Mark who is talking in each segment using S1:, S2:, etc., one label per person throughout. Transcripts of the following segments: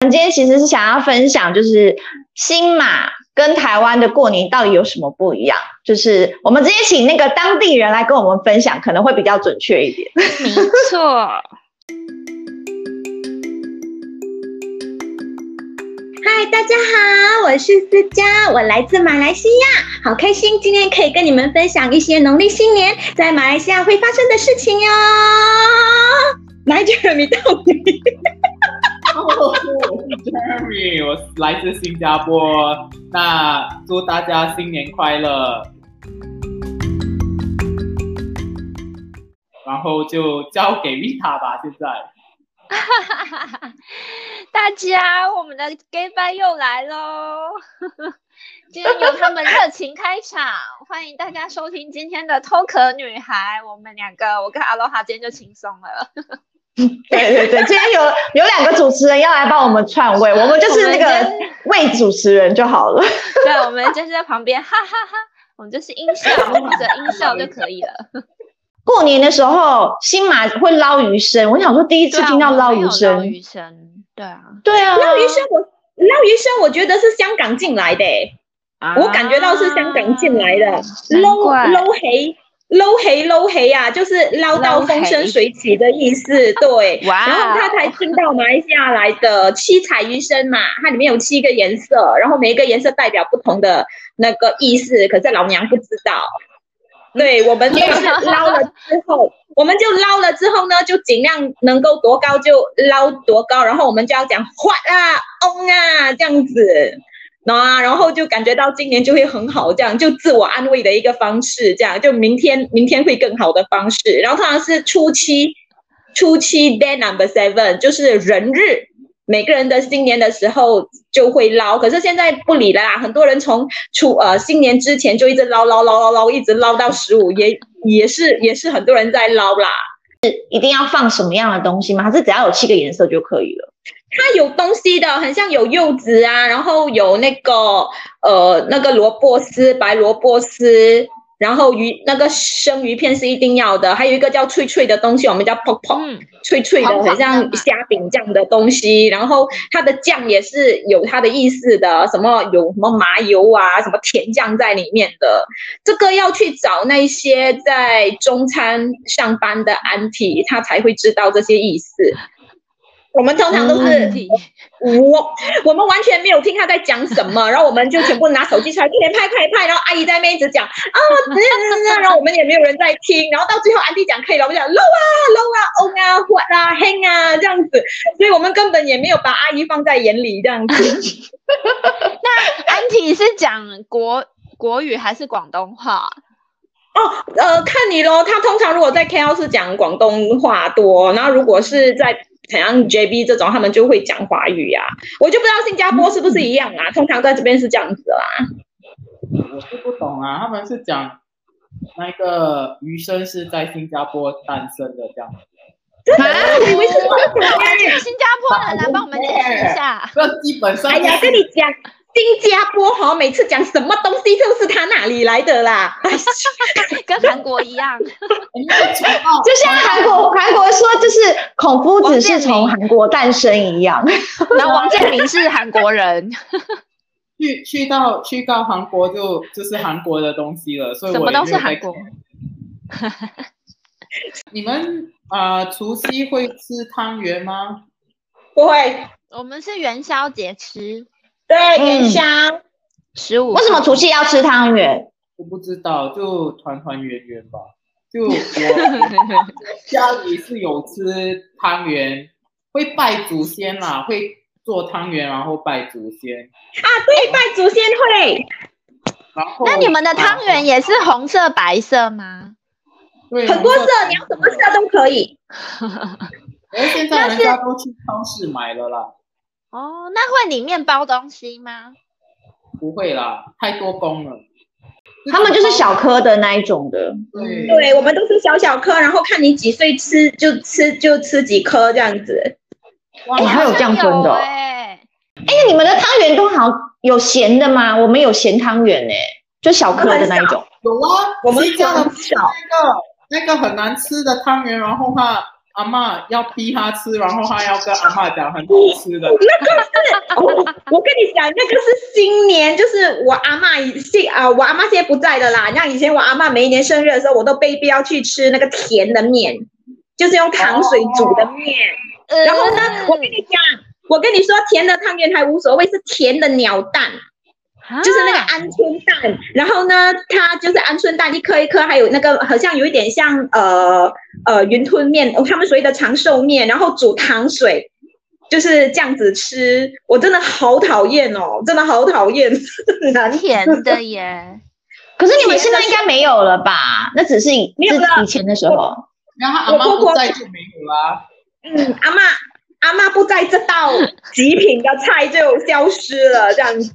S1: 们今天其实是想要分享，就是新马跟台湾的过年到底有什么不一样？就是我们直接请那个当地人来跟我们分享，可能会比较准确一 点。
S2: 没错。
S3: 嗨，大家好，我是思佳，我来自马来西亚，好开心今天可以跟你们分享一些农历新年在马来西亚会发生的事情哟。来，Jeremy 到你。
S4: 我是 Jeremy，我来自新加坡。那祝大家新年快乐。然后就交给 Vita 吧，现在。
S2: 大家，我们的 Gay Bye 又来喽！今天由他们热情开场，欢迎大家收听今天的偷壳女孩。我们两个，我跟阿罗哈今天就轻松了。
S1: 对对对，今天有有两个主持人要来帮我们串位，我们就是那个为主持人就好 了。
S2: 对，我们就是在旁边，哈哈哈,哈，我们就是音效，负责音效就可以了。
S1: 过年的时候，新马会捞鱼生，我想说第一次听到捞鱼
S2: 对啊
S1: 生，
S2: 我们没有捞鱼生，对啊，
S1: 对啊，
S3: 廖医生，我廖医生，我觉得是香港进来的、欸，
S1: 啊
S3: 我感觉到是香港进来的
S2: 啊，难
S3: 搂
S2: 怪
S3: 搂黑。搂黑搂黑啊，就是捞到风生水起的意思，对。
S2: 哇
S3: 然后他才进到马来西亚来的七彩鱼生嘛，它里面有七个颜色，然后每一个颜色代表不同的那个意思，可是老娘不知道。对，我们就是捞了之后，我们就捞了之后呢，就尽量能够多高就捞多高，然后我们就要讲换啊、嗡啊这样子。那然后就感觉到今年就会很好，这样就自我安慰的一个方式，这样就明天明天会更好的方式。然后通常是初七，初七 day number seven 就是人日，每个人的新年的时候就会捞，可是现在不理了啦，很多人从初呃新年之前就一直捞捞捞捞捞，一直捞到十五，也也是也是很多人在捞啦。
S1: 一定要放什么样的东西吗？还是只要有七个颜色就可以了？
S3: 它有东西的，很像有柚子啊，然后有那个呃那个萝卜丝、白萝卜丝，然后鱼那个生鱼片是一定要的，还有一个叫脆脆的东西，我们叫 pop pop，、
S2: 嗯，
S3: 脆脆
S2: 黄
S3: 的，
S2: 黄
S3: 很
S2: 的
S3: 像
S2: 嘛
S3: 虾饼这样的东西。然后它的酱也是有它的意思的，什么有什么麻油啊，什么甜酱在里面的。这个要去找那些在中餐上班的 auntie，她才会知道这些意思。我们通常都是。
S2: 问题
S3: 我我们完全没有听他在讲什么，然后我们就全部拿手机出来一连拍拍拍，然后阿姨在那边一直讲啊，嗯嗯嗯然后我们也没有人在听，然后到最后安迪讲可以了，我们讲 low 啊 low 啊 on 啊 what 啊 hang 啊这样子，所以我们根本也没有把阿姨放在眼里这样子。
S2: 安体是讲国国语还是广东话？
S3: 呃，看你咯，他通常如果在 KL 是讲广东话多，然后如果是在怎样 JB 这种，他们就会讲华语啊。我就不知道新加坡是不是一样啊，通常在这边是这样子啊啦。
S4: 我是不懂啊，他们是讲那个余生是在新加坡诞生的这样。
S1: 啊，
S3: 我以为是
S2: 请新加坡人来帮我们解释一下。
S4: 这基本上
S3: 哎呀，跟你讲，新加坡哈、每次讲什么东西就是他那里来的啦。
S2: 跟韩国一样，
S4: 你要知道
S1: 就像韩国韩国说，就是孔夫子是从韩国诞生一样。
S2: 然后王健民是韩国人，
S4: 去去到去到韩国就就是韩国的东西了，所以我
S2: 什么
S4: 也
S2: 都
S4: 没
S2: 是
S4: 有在
S2: 韩国。
S4: 你们啊、呃除夕会吃汤圆吗？
S3: 不会，
S2: 我们是元宵节吃
S3: 对，
S1: 嗯
S3: 元宵、啊
S2: 十五，
S1: 为什么 除夕要吃汤圆？
S4: 我不知道，就团团圆圆吧。就我家里是有吃汤圆，会拜祖先啦，会做汤圆，然后拜祖先。
S3: 啊，对，拜祖先会，
S4: 然后啊
S2: 那你们的汤圆也是红色、白色吗？
S4: 对
S3: 很多色，你要什么？色都可以。
S4: 哎，嗯现在人家都去超市买了啦，
S2: 哦，那会里面包东西吗？
S4: 不会啦，太多工了。
S1: 他们就是小颗的那一种的。
S4: 对
S2: 嗯
S3: 对，我们都是小小颗，然后看你几岁吃就吃就吃几颗这样子。
S4: 哇
S1: 哎还有这样分的哦
S2: 哎，
S1: 哎、你们的汤圆都好有咸的吗？我们有咸汤圆哎，就小颗的那一种。
S4: 有啊，
S3: 我们
S4: 新加坡
S3: 很小，
S4: 那个那个很难吃的汤圆，然后它阿嬷要逼他吃，然后他要跟阿嬷讲很好吃的。
S3: 那个是， 我我跟你讲，那个是新年，就是我阿妈现啊，我阿妈现在不在的啦。像以前我阿妈每一年生日的时候，我都被逼要去吃那个甜的面，就是用糖水煮的面。然后呢，
S2: 呃
S3: 我跟你讲，我跟你说，甜的汤圆还无所谓，是甜的鸟蛋。就是那个鹌鹑蛋，然后呢，它就是鹌鹑蛋一颗一颗，还有那个好像有一点像呃呃云吞面，哦他们所谓的长寿面，然后煮糖水，就是这样子吃。我真的好讨厌哦，真的好讨厌，哦难
S2: 甜的耶，
S1: 可是你们现在应该没有了吧？那只是以
S3: 没有
S1: 自己
S3: 了
S1: 以前的时候。
S4: 然后阿嬷不在就没有啦、
S3: 嗯， 阿妈阿妈不在，这道极品的菜就消失了，这样子。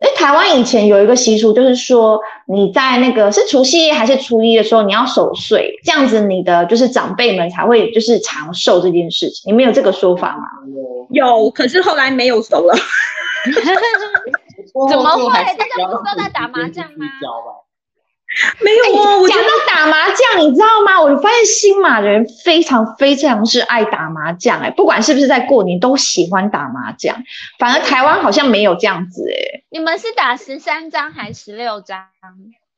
S1: 哎，台湾以前有一个习俗，就是说你在那个是除夕夜还是初一的时候，你要守岁，这样子你的就是长辈们才会就是长寿这件事情。你们有这个说法吗？
S3: 有，可是后来没有熟了。
S4: 我
S2: 怎么会
S4: 还是
S2: 大家不是都在打
S4: 要
S2: 麻将吗
S4: 睡觉吧
S3: 没有哦，我觉
S1: 哎讲
S3: 得
S1: 到打麻将，你知道吗？我发现新马人非常非常是爱打麻将，哎，不管是不是在过年都喜欢打麻将，反而台湾好像没有这样子，哎，
S2: 你们是打十三张还是十六张？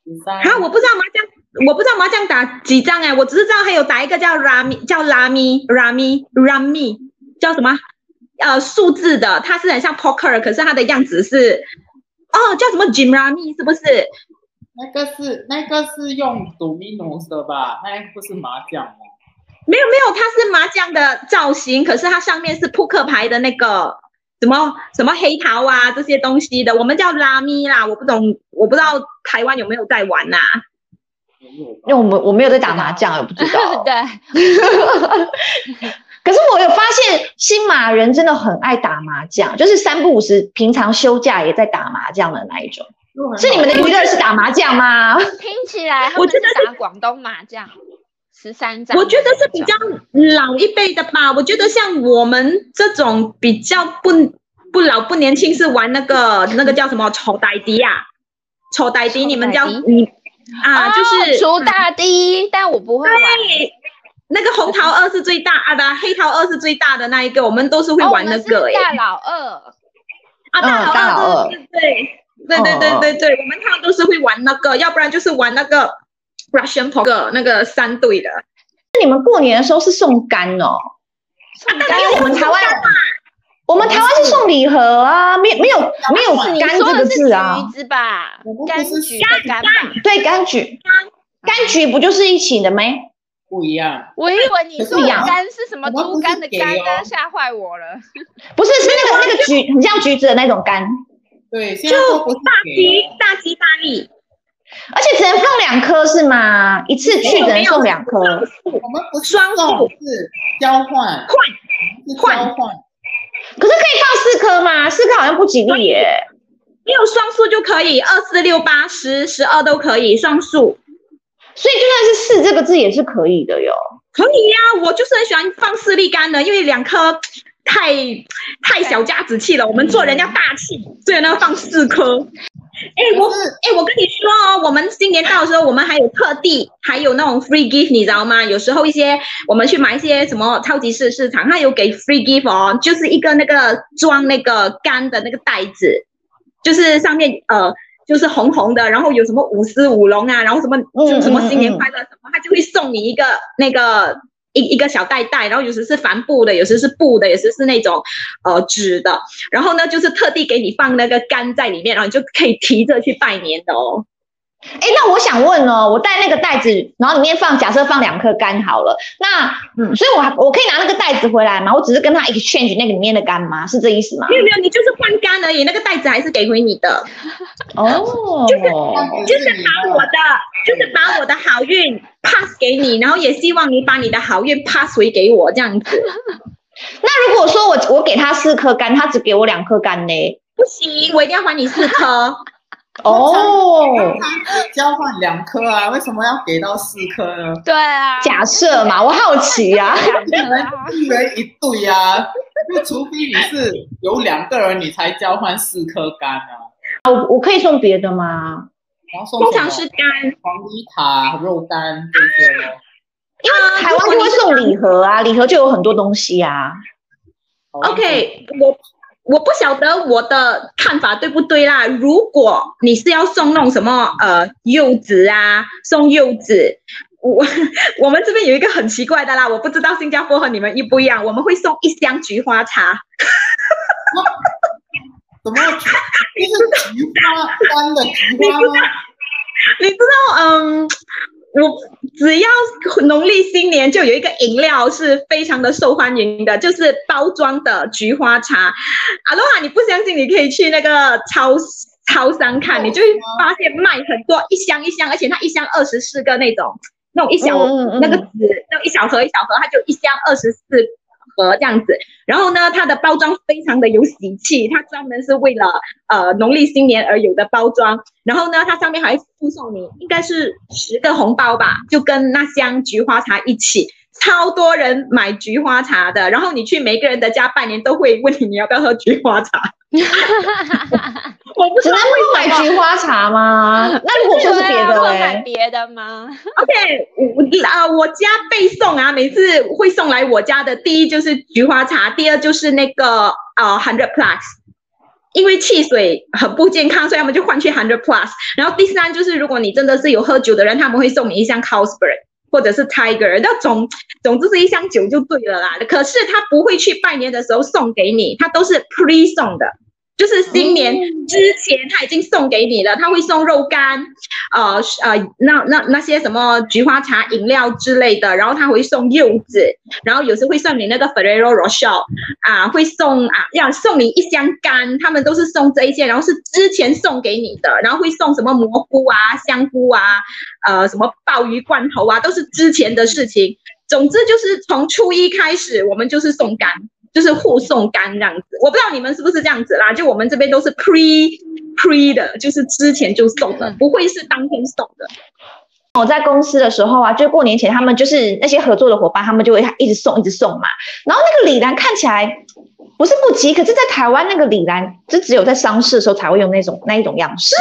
S4: 十三
S3: 啊，我不知道麻将，我不知道麻将打几张哎、我只是知道还有打一个叫拉米，叫拉米拉米拉米，叫什么？呃，数字的，它是很像 poker，可是它的样子是，哦，叫什么 Jim Rami 是不是？
S4: 那个是那个是用 Domino's 的吧？那个不是麻将啊吗？
S3: 没有没有，它是麻将的造型，可是它上面是扑克牌的那个什么什么黑桃啊这些东西的，我们叫拉米啦，我不懂，我不知道台湾有没有在玩啊呐、
S4: 没有吧
S1: 因为我们我没有在打麻将，我不知 道。
S2: 对，
S1: 可是我有发现，新马人真的很爱打麻将，就是三不五时，平常休假也在打麻将的那一种。
S4: 就很好
S1: 是你们的娱乐是打麻将吗？
S2: 听起来他
S3: 我
S2: 们
S3: 觉
S2: 是
S3: 得
S2: 打广东麻将，十三张。
S3: 我觉得是比较老一辈的吧。我觉得像我们这种比较不不老不年轻，是玩那个那个叫什么丑呆迪啊，丑呆迪，
S2: 丑
S3: 你们
S2: 呆
S3: 叫
S2: 迪
S3: 你啊，
S2: 哦
S3: 就是
S2: 出大堤，但我不会玩。
S3: 对，那个红桃二是最大啊的，黑桃二是最大的那一个，我们都是会
S2: 哦我
S3: 玩那
S2: 们
S3: 个
S2: 是
S3: 哎、
S2: 大老二，
S3: 啊，
S1: 嗯
S3: 大
S1: 大佬
S3: 佬
S1: 二
S3: 二，对对对对对对，我们他们都是会玩那个，要不然就是玩那个 Russian poker 那个三对的。
S2: 嗯
S1: 你们过年的时候是送干哦？
S2: 啊
S3: 但
S1: 因为我们台湾，我们台湾是送礼盒啊，没有没有没有
S2: 你
S1: 柑
S2: 说
S1: 这个
S2: 的是
S1: 字啊
S2: 橘，子吧
S4: 我们？不
S2: 柑
S4: 是
S2: 橘的柑吧？
S1: 对，柑橘，柑橘不就是一起的没？
S4: 不一样，
S2: 我以为你说
S1: 不一
S2: 的
S1: 样
S2: 柑是什么
S4: 我们
S2: 猪
S4: 不是
S2: 肝的
S4: 给
S2: 肝
S4: 哦
S2: 啊，吓坏我了。
S1: 不是，是那个那个橘，很像橘子的那种柑，
S4: 对，现在都不是给
S3: 吉
S4: 了
S3: 大吉大利，
S1: 而且只能放两颗是吗？一次去只能送两颗，
S4: 我们不是
S3: 双
S4: 送
S3: 数
S4: 是交换，是交换，
S1: 可是可以放四颗吗？四颗好像不吉利耶。
S3: 没有双数就可以，二四六八十十二都可以双数。
S1: 所以就算是四这个字也是可以的哟。
S3: 可以呀、我就是很喜欢放四粒柑的，因为两颗太太小家子气了，我们做人要大气，所以呢放四颗。哎、我哎、我跟你说哦，我们新年到的时候，我们还有特地还有那种 free gift，你知道吗？有时候一些我们去买一些什么超级市市场，它有给 free gift 哦，就是一个那个装那个柑的那个袋子，就是上面呃就是红红的，然后有什么舞狮舞龙啊，然后什么就什么新年快乐什么，他就会送你一个那个一一个小袋袋，然后有时是帆布的，有时是布的，有时是那种呃纸的，然后呢就是特地给你放那个柑在里面，然后你就可以提着去拜年的哦。
S1: 哎，那我想问哦，我带那个袋子，然后里面放假设放两颗柑好了，那嗯，所以我还我可以拿那个袋子回来吗？我只是跟他 exchange 那个里面的柑吗？是这意思吗？
S3: 没有没有，你就是换柑而已，那个袋子还是给回你的，
S1: 哦，
S3: 就是把我的就是把我的好运 pass 给你，然后也希望你把你的好运 pass 回给我这样子。
S1: 那如果说我我给他四颗柑，他只给我两颗柑呢？
S3: 不行，我一定要还你四 颗。
S1: 哦，
S4: 他只交换两颗啊，为什么要给到四颗呢？
S2: 对啊，
S1: 假设嘛，我好奇呀、
S2: 两个啊
S4: 一人一对啊， 就除非你是有两个人，你才交换四颗柑啊。
S1: 我我可以送别的吗？
S4: 然后送
S3: 通
S4: 什么
S3: 常是柑，
S4: 黄梨塔、肉干这些咯。
S1: 因为
S3: 啊
S1: 台湾就会送礼盒啊，礼盒就有很多东西啊。
S4: 好啊
S3: OK，我我不晓得我的看法对不对啦。如果你是要送那种什么呃柚子啊，送柚子，我 我们这边有一个很奇怪的啦，我不知道新加坡和你们一不一样，我们会送一箱菊花茶。
S4: 怎么菊就是菊花干的菊花吗？
S3: 你知道，嗯，我只要农历新年就有一个饮料是非常的受欢迎的，就是包装的菊花茶。阿罗哈，你不相信，你可以去那个超超商看，你就会发现卖很多一箱一箱，而且它一箱二十四个那种，那种一小、
S1: 嗯嗯嗯
S3: 那个纸，那一小盒一小盒，它就一箱二十四盒这样子。然后呢，它的包装非常的有喜气，它专门是为了呃农历新年而有的包装。然后呢，它上面还附送你应该是十个红包吧，就跟那箱菊花茶一起。超多人买菊花茶的，然后你去每个人的家拜年都会问你你要不要喝菊花茶。我不知
S1: 直
S3: 道
S1: 男不
S3: 为
S1: 买
S3: 什么。
S1: 菊花茶吗？那如果
S2: 啊
S1: 说是别 的哎
S2: 会买
S1: 嘞，
S2: 别的吗？
S3: OK，我我啊、我家被送啊，每次会送来我家的，第一就是菊花茶，第二就是那个呃 hundred plus，因为汽水很不健康，所以他们就换去 hundred plus。然后第三就是，如果你真的是有喝酒的人，他们会送你一箱 c o s b e r 或者是 Tiger，那总总之是一箱酒就对了啦。可是他不会去拜年的时候送给你，他都是 pre 送的。就是新年
S2: 嗯
S3: 之前他已经送给你了，他会送肉干，呃呃，那那那些什么菊花茶、饮料之类的，然后他会送柚子，然后有时会送你那个 Ferrero Rocher 啊，会送啊，要送你一箱干，他们都是送这一些，然后是之前送给你的，然后会送什么蘑菇啊、香菇啊、呃什么鲍鱼罐头啊，都是之前的事情。总之就是从初一开始，我们就是送干，就是互送干这样子。我不知道你们是不是这样子啦，就我们这边都是 pre pre 的，就是之前就送的，不会是当天送的。
S1: 我哦在公司的时候啊，就过年前，他们就是那些合作的伙伴，他们就会一直送，一直送嘛。然后那个礼篮看起来不是不急，可是，在台湾那个礼篮，就只有在丧事的时候才会用那种那一种样式、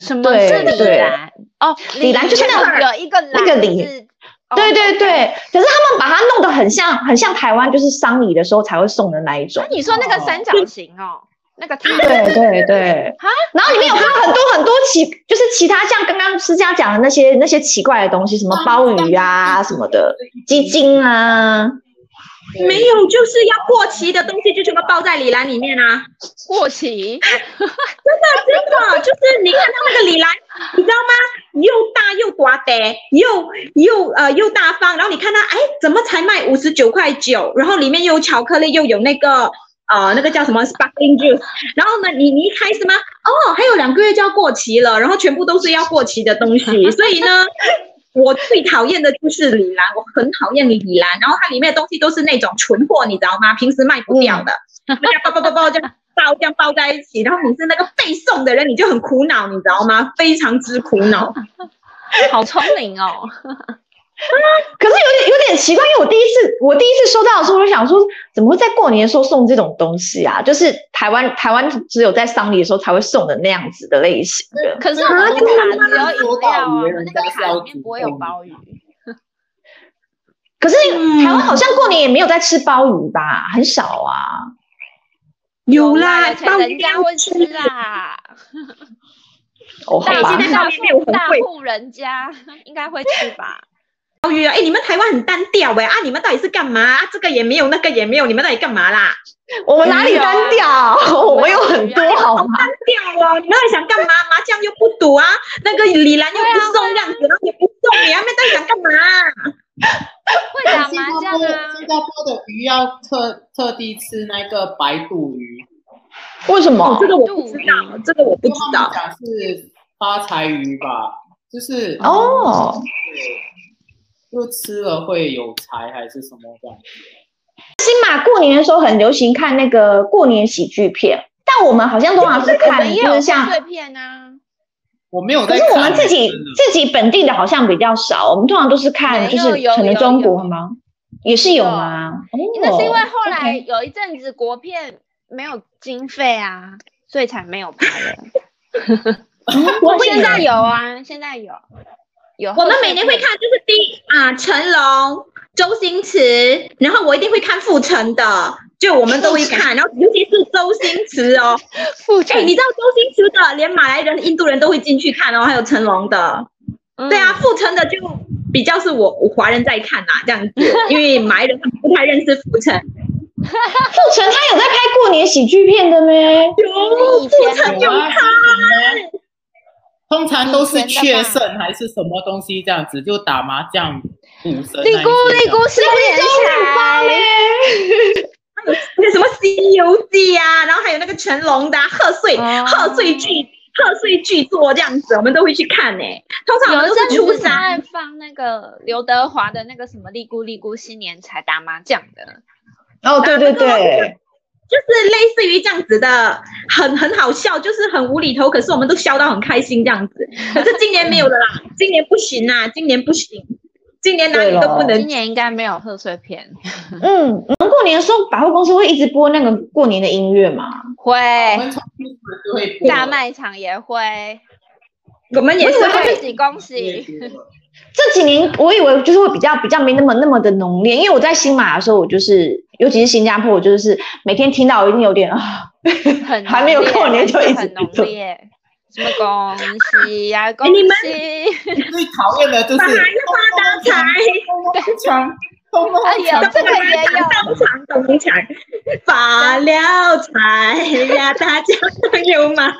S2: 什么
S1: 对
S2: 是李
S1: 对
S2: 兰？哦，
S1: 李兰就是那
S2: 个有一个
S1: 那个李
S2: 字，哦
S1: 对对对，可是他们把它弄得很像，很像台湾就是丧礼的时候才会送的那一种
S2: 那。你说那个三角形哦，那个
S1: 对对对
S2: 啊，
S1: 然后里面有还有很多很多奇，就是其他像刚刚思佳讲的那些那些奇怪的东西，什
S2: 哦
S1: 么鲍鱼啊什么的，鸡精啊，
S4: 对
S3: 没有，就是要过期的东西就全部包在礼篮里面啊！
S2: 过期，
S3: 真的，就是你看他们的礼篮，你知道吗？又大又寡的，又又呃又大方。然后你看它，哎，怎么才卖五十九块九？然后里面又有巧克力，又有那个呃那个叫什么 sparkling juice。然后呢，你你一开始吗？哦，还有两个月就要过期了，然后全部都是要过期的东西。所以呢。我最讨厌的就是李兰，我很讨厌李兰。然后它里面的东西都是那种存货，你知道吗？平时卖不掉的，大家包包包包这样包这样包在一起，然后你是那个被送的人，你就很苦恼，你知道吗？非常之苦恼。
S2: 好聪明哦，
S1: 可是有点有点奇怪，因为我第一次我第一次收到的时候，我就想说，怎么会在过年的时候送这种东西啊？就是台湾台湾只有在丧礼的时候才会送的那样子的类型的。
S2: 可是我们的
S4: 真的
S2: 卡只
S4: 吗
S2: 有饮料啊，我们那个
S4: 人家是
S2: 卡
S4: 要
S2: 里面不会有
S4: 主动
S2: 鲍鱼，
S1: 可是
S3: 嗯
S1: 台湾好像过年也没有在吃鲍鱼吧，很少啊。
S3: 有
S2: 啦，
S3: 啦，
S2: 以前
S3: 包
S2: 人家会吃啦，
S1: 哦，好
S2: 大
S1: 吧
S3: 现，在
S2: 大
S3: 上面有
S2: 户
S3: 很
S2: 大
S3: 贵
S2: 户人家应该会吃吧？
S3: 鲍鱼啊！哎，你们台湾很单调哎、啊！你们到底是干嘛、啊？这个也没有，那个也没有，你们到底干嘛啦？
S1: 我们哪里单调？ 我们有很多好吗？
S3: 单调哦！你们到啊底想干嘛？麻将又不赌啊，那个李兰又不送这样子，然后也不送你，他们到底想干嘛、啊？
S2: 会打
S4: 新
S2: 麻
S4: 加
S2: 将
S4: 坡
S2: 啊
S4: 的，新加坡的鱼要特特地吃那个白肚鱼，
S1: 为什
S3: 哦
S1: 么，
S3: 这？个我不知道，这个我不知
S4: 他
S3: 道
S4: 们。讲是发财鱼吧，就是，
S1: 哦，
S4: 对就吃了会有财还是什么这样？
S1: 新马过年的时候很流行看那个过年喜剧片，但我们好像通常是
S2: 我
S1: 看
S2: 们也
S1: 就
S2: 有
S1: 是像
S2: 碎片啊，
S4: 我没有
S1: 可
S4: 在
S1: 是
S4: 看，
S1: 我们自己
S4: 真的
S1: 自己本地的好像比较少，我们通常都是看就
S2: 没有
S1: 是
S2: 有
S1: 可能
S2: 有
S1: 中
S2: 有
S1: 国吗？也是有吗？哦
S2: 那是因为后来
S1: OK
S2: 有一阵子国片没有经费啊，所以 才没有拍的。
S1: 我
S2: 现在有啊，现在有。有
S3: 我
S2: 后
S3: 们
S2: 续
S3: 每年会
S2: 片
S3: 看，就是第啊、成龙、周星驰，然后我一定会看傅成的，就我们都会看，然后尤其是周星驰哦，
S2: 复
S3: 哎、你知道周星驰的，连马来人、印度人都会进去看哦，还有成龙的，
S2: 嗯
S3: 对啊，傅成的就比较是我我华人在看啦、这样子，因为马来人他们不太认识傅成，
S1: 傅成他有在拍过年喜剧片的咩？
S2: 以
S3: 有哦傅
S2: 前
S3: 成有
S4: 有啊
S3: 看，
S4: 通常都是
S2: 以前
S4: 确
S2: 的吧
S4: 胜还是什么东西这样子，就打麻将、赌
S1: 嗯
S4: 神。
S2: 立姑立姑，是
S1: 八咩
S2: 敛财，？
S3: 还有什么《西游记》啊，然后还有那个成龙的啊贺、岁
S2: 哦
S3: 贺岁剧。贺岁剧作这样子，我们都会去看呢、通常我
S2: 有一
S3: 们都
S2: 阵
S3: 是
S2: 子
S3: 初
S2: 不是
S3: 三，
S2: 爱放那个刘德华的那个什么利姑利姑新年才打麻将的，
S1: 哦，对对
S2: 啊
S1: 对，
S3: 就是类似于这样子的，很很好笑，就是很无厘头，可是我们都笑到很开心这样子。可是今年没有 了啦，今年不行啦，今年不行，今年哪里都不
S2: 今
S3: 能。
S2: 年应该没有贺岁片，
S1: 嗯，我们过年的时候百货公司会一直播那个过年的音乐嘛？
S4: 我
S2: 会
S4: 们从新闻就会播
S2: 大卖场也会，
S3: 我们也是会
S2: 恭喜恭喜，
S1: 这几年我以为就是会比较比较没那么那么的浓烈，因为我在新马的时候，我就是尤其是新加坡，我就是每天听到我一定有点啊，
S2: 很
S1: 还没有过年就一直
S2: 很浓烈。什么恭喜呀、 恭
S3: 哎你们
S2: 喜！
S4: 最讨厌的就是
S3: 把孩子发大财，
S4: 抢，咚咚
S2: 哎呀，这个也有，
S3: 当场当场发了财呀，大家有吗？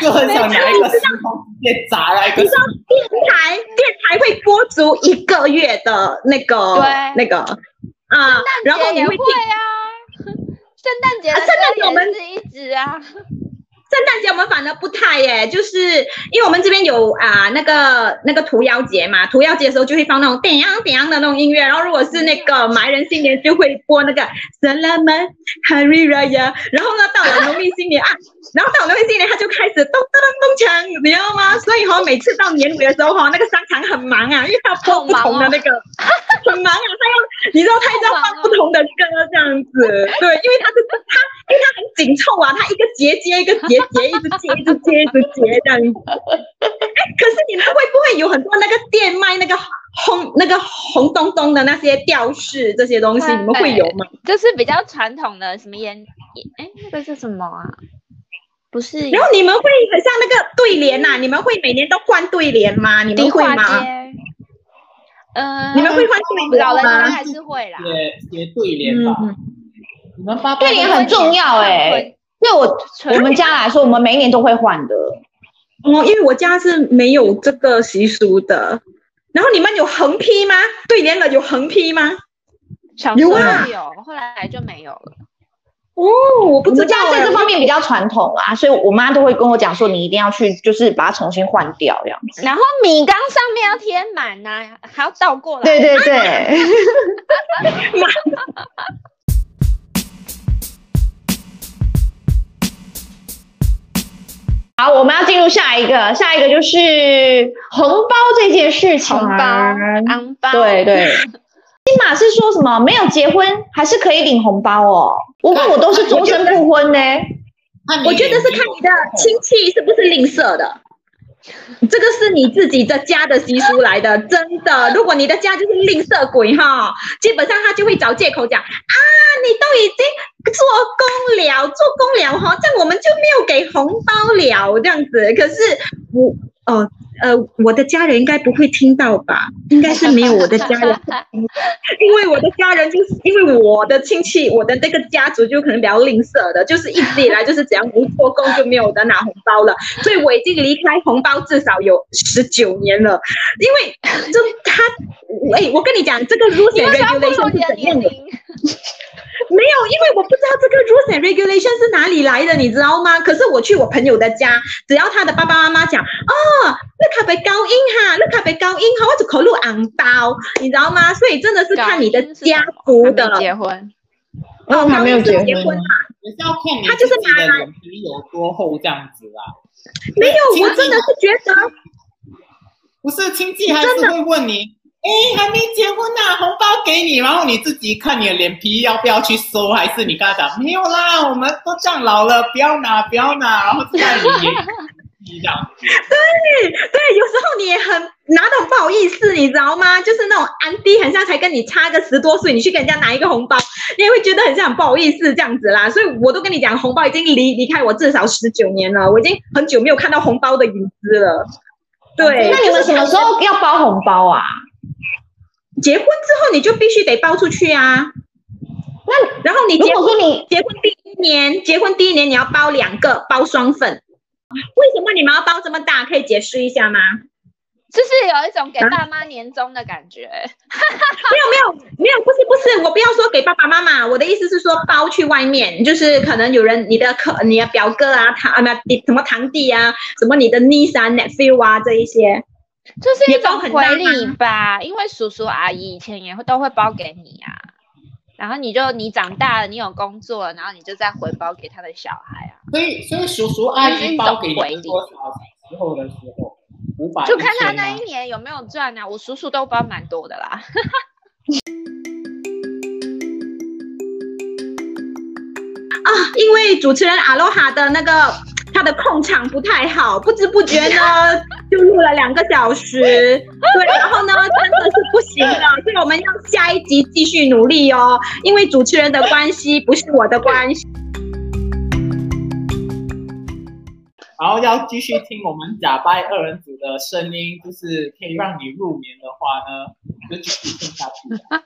S4: 就很想拿一个石头直接砸来一个石头。
S3: 电台电台会播足一个月的那个
S2: 对
S3: 那个啊，然后你
S2: 也会
S3: 会听
S2: 啊。圣诞节的
S3: 啊圣诞
S2: 歌
S3: 节我们
S2: 也是一直啊，
S3: 圣诞节我们反而不太耶，就是因为我们这边有啊、那个那个屠妖节嘛，屠妖节的时候就会放那种怎样怎样的那种音乐，然后如果是那个马来人新年就会播那个 Selamat Hari Raya，然后呢到了农历新年啊，然后到了农历新年他就开始咚咚咚咚锵，你知道吗？所以哈、每次到年尾的时候哈、那个商场很忙啊，因为他播不同的那个。很忙啊，他要你知道他一直要放不同的歌这样子，对，因为他是他，因为他很紧凑啊，他一个节接一个节接，一直接一直接一直接这样子。哎，可是你们会不会有很多那个店卖那个红那个红咚咚的那些吊饰这些东西，
S2: 会
S3: 你们会有吗？
S2: 就是比较传统的什么烟，哎，那个是什么啊？不是
S3: 然后你们会很像那个对联呐、你们会每年都换对联吗？你们
S2: 迪
S3: 会
S2: 化
S3: 吗？
S2: 街，嗯，
S3: 你们会换对
S2: 老
S3: 联
S2: 人家
S3: 吗？
S2: 还是会啦，
S4: 也也对联吧，
S3: 嗯，
S4: 你们爸爸
S1: 对联很重要
S3: 欸
S1: 哎、对我
S2: 纯
S1: 我们家来说，我们每一年都会换的。
S3: 哦，因为我家是没有这个习俗的。然后你们有横批吗？对联了有横批吗？
S2: 小时候
S3: 有啊
S2: 有，后来就没有了。
S3: 哦，我不
S1: 我
S3: 知
S1: 们
S3: 道
S1: 家在
S3: 哎
S1: 这方面比较传统啊，所以我妈都会跟我讲说，你一定要去，就是把它重新换掉这样子。
S2: 然后米缸上面要贴满呐，还要倒过来。
S1: 对对对。 好，我们要进入下一个，下一个就是红包这件事情、啊。
S2: 红包、昂包，
S1: 对对。金马是说什么没有结婚还是可以领红包哦？不过我都是终身不婚呢、
S4: 看你
S3: 我觉得是看你的亲戚是不是吝啬的，这个是你自己的家的习俗来的，真的。如果你的家就是吝啬鬼哈，基本上他就会找借口讲啊，你都已经做工了，做工了哈，这样我们就没有给红包了这样子。可是我哦呃，我的家人应该不会听到吧？应该是没有我的家人。因为我的家人就是因为我的亲戚，我的那个家族就可能比较吝啬的，就是一直以来就是只要不做工就没有得拿红包了，所以我已经离开红包至少有十九年了。因为就他，哎，我跟你讲，这个 rules
S2: 你
S3: and
S2: 为什么不如你
S3: regulation 是
S2: 的
S3: 怎样
S2: 年
S3: 的？
S2: 龄？
S3: 没有，因为我不知道这个 rules and regulation 是哪里来的，你知道吗？可是我去我朋友的家，只要他的爸爸妈妈讲，哦，那咖啡高音哈，那咖啡高音哈，我就口录昂包，你知道吗？所以真的是看你的家族的哦
S2: 还。没结婚，
S1: 嗯，还没有结婚。
S3: 结婚嘛？
S4: 也是要看你
S3: 他就是
S4: 自己的
S3: 妈妈
S4: 脸皮有多厚这样子啦。
S3: 没有，
S4: 亲
S3: 我
S4: 戚
S3: 真的是觉得
S4: 不是亲戚还是会问你，哎，还没结婚呐、红包给你，然后你自己看你的脸皮要不要去收，还是你跟他讲没有啦，我们都这样老了，不要拿，不要拿，然后这样你也鸡这样子。
S3: 对，有时候你也很哪都不好意思，你知道吗？就是那种安迪，很像才跟你差个十多岁，你去跟人家拿一个红包，你也会觉得很像很不好意思这样子啦。所以我都跟你讲，红包已经离离开我至少十九年了，我已经很久没有看到红包的影子了。对，
S1: 那你们什么时候要包红包啊？
S3: 结婚之后你就必须得包出去啊？那然后你
S1: 如
S3: 结
S1: 果说你
S3: 结婚第一年，结婚第一年你要包两个，包双份。为什么你们要包这么大？可以解释一下吗？
S2: 就是有一
S3: 啊
S2: 种给爸妈年终的感觉。
S3: 没有没有没有，不是不是，我不要说给爸爸妈妈，我的意思是说包去外面，就是可能有人你的可你的表哥啊，堂啊不什么堂弟啊，什么你的 niece 啊、nephew 啊这一些。
S2: 就是一种
S3: 也包
S2: 回
S3: 很大吗
S2: 礼吧，因为叔叔阿姨以前也会都会包给你啊，然后你就你长大了，你有工作了，然后你就再回包给他的小孩啊，
S4: 所以所以叔叔阿
S3: 嗯
S4: 姨包给你
S2: 那是一种回
S4: 是
S2: 礼
S4: 多少时候的时候？五百
S2: 就看他
S4: 啊
S2: 那一年有没有赚啊。我叔叔都包蛮多的啦，
S3: 啊，因为主持人阿罗哈的那个他的控场不太好，不知不觉呢就录了两个小时，对，然后呢真的是不行了，所以我们要下一集继续努力哦，因为主持人的关系不是我的关系，
S4: 然后要继续听我们假掰二人组的声音，就是可以让你入眠的话呢，就继续听下去。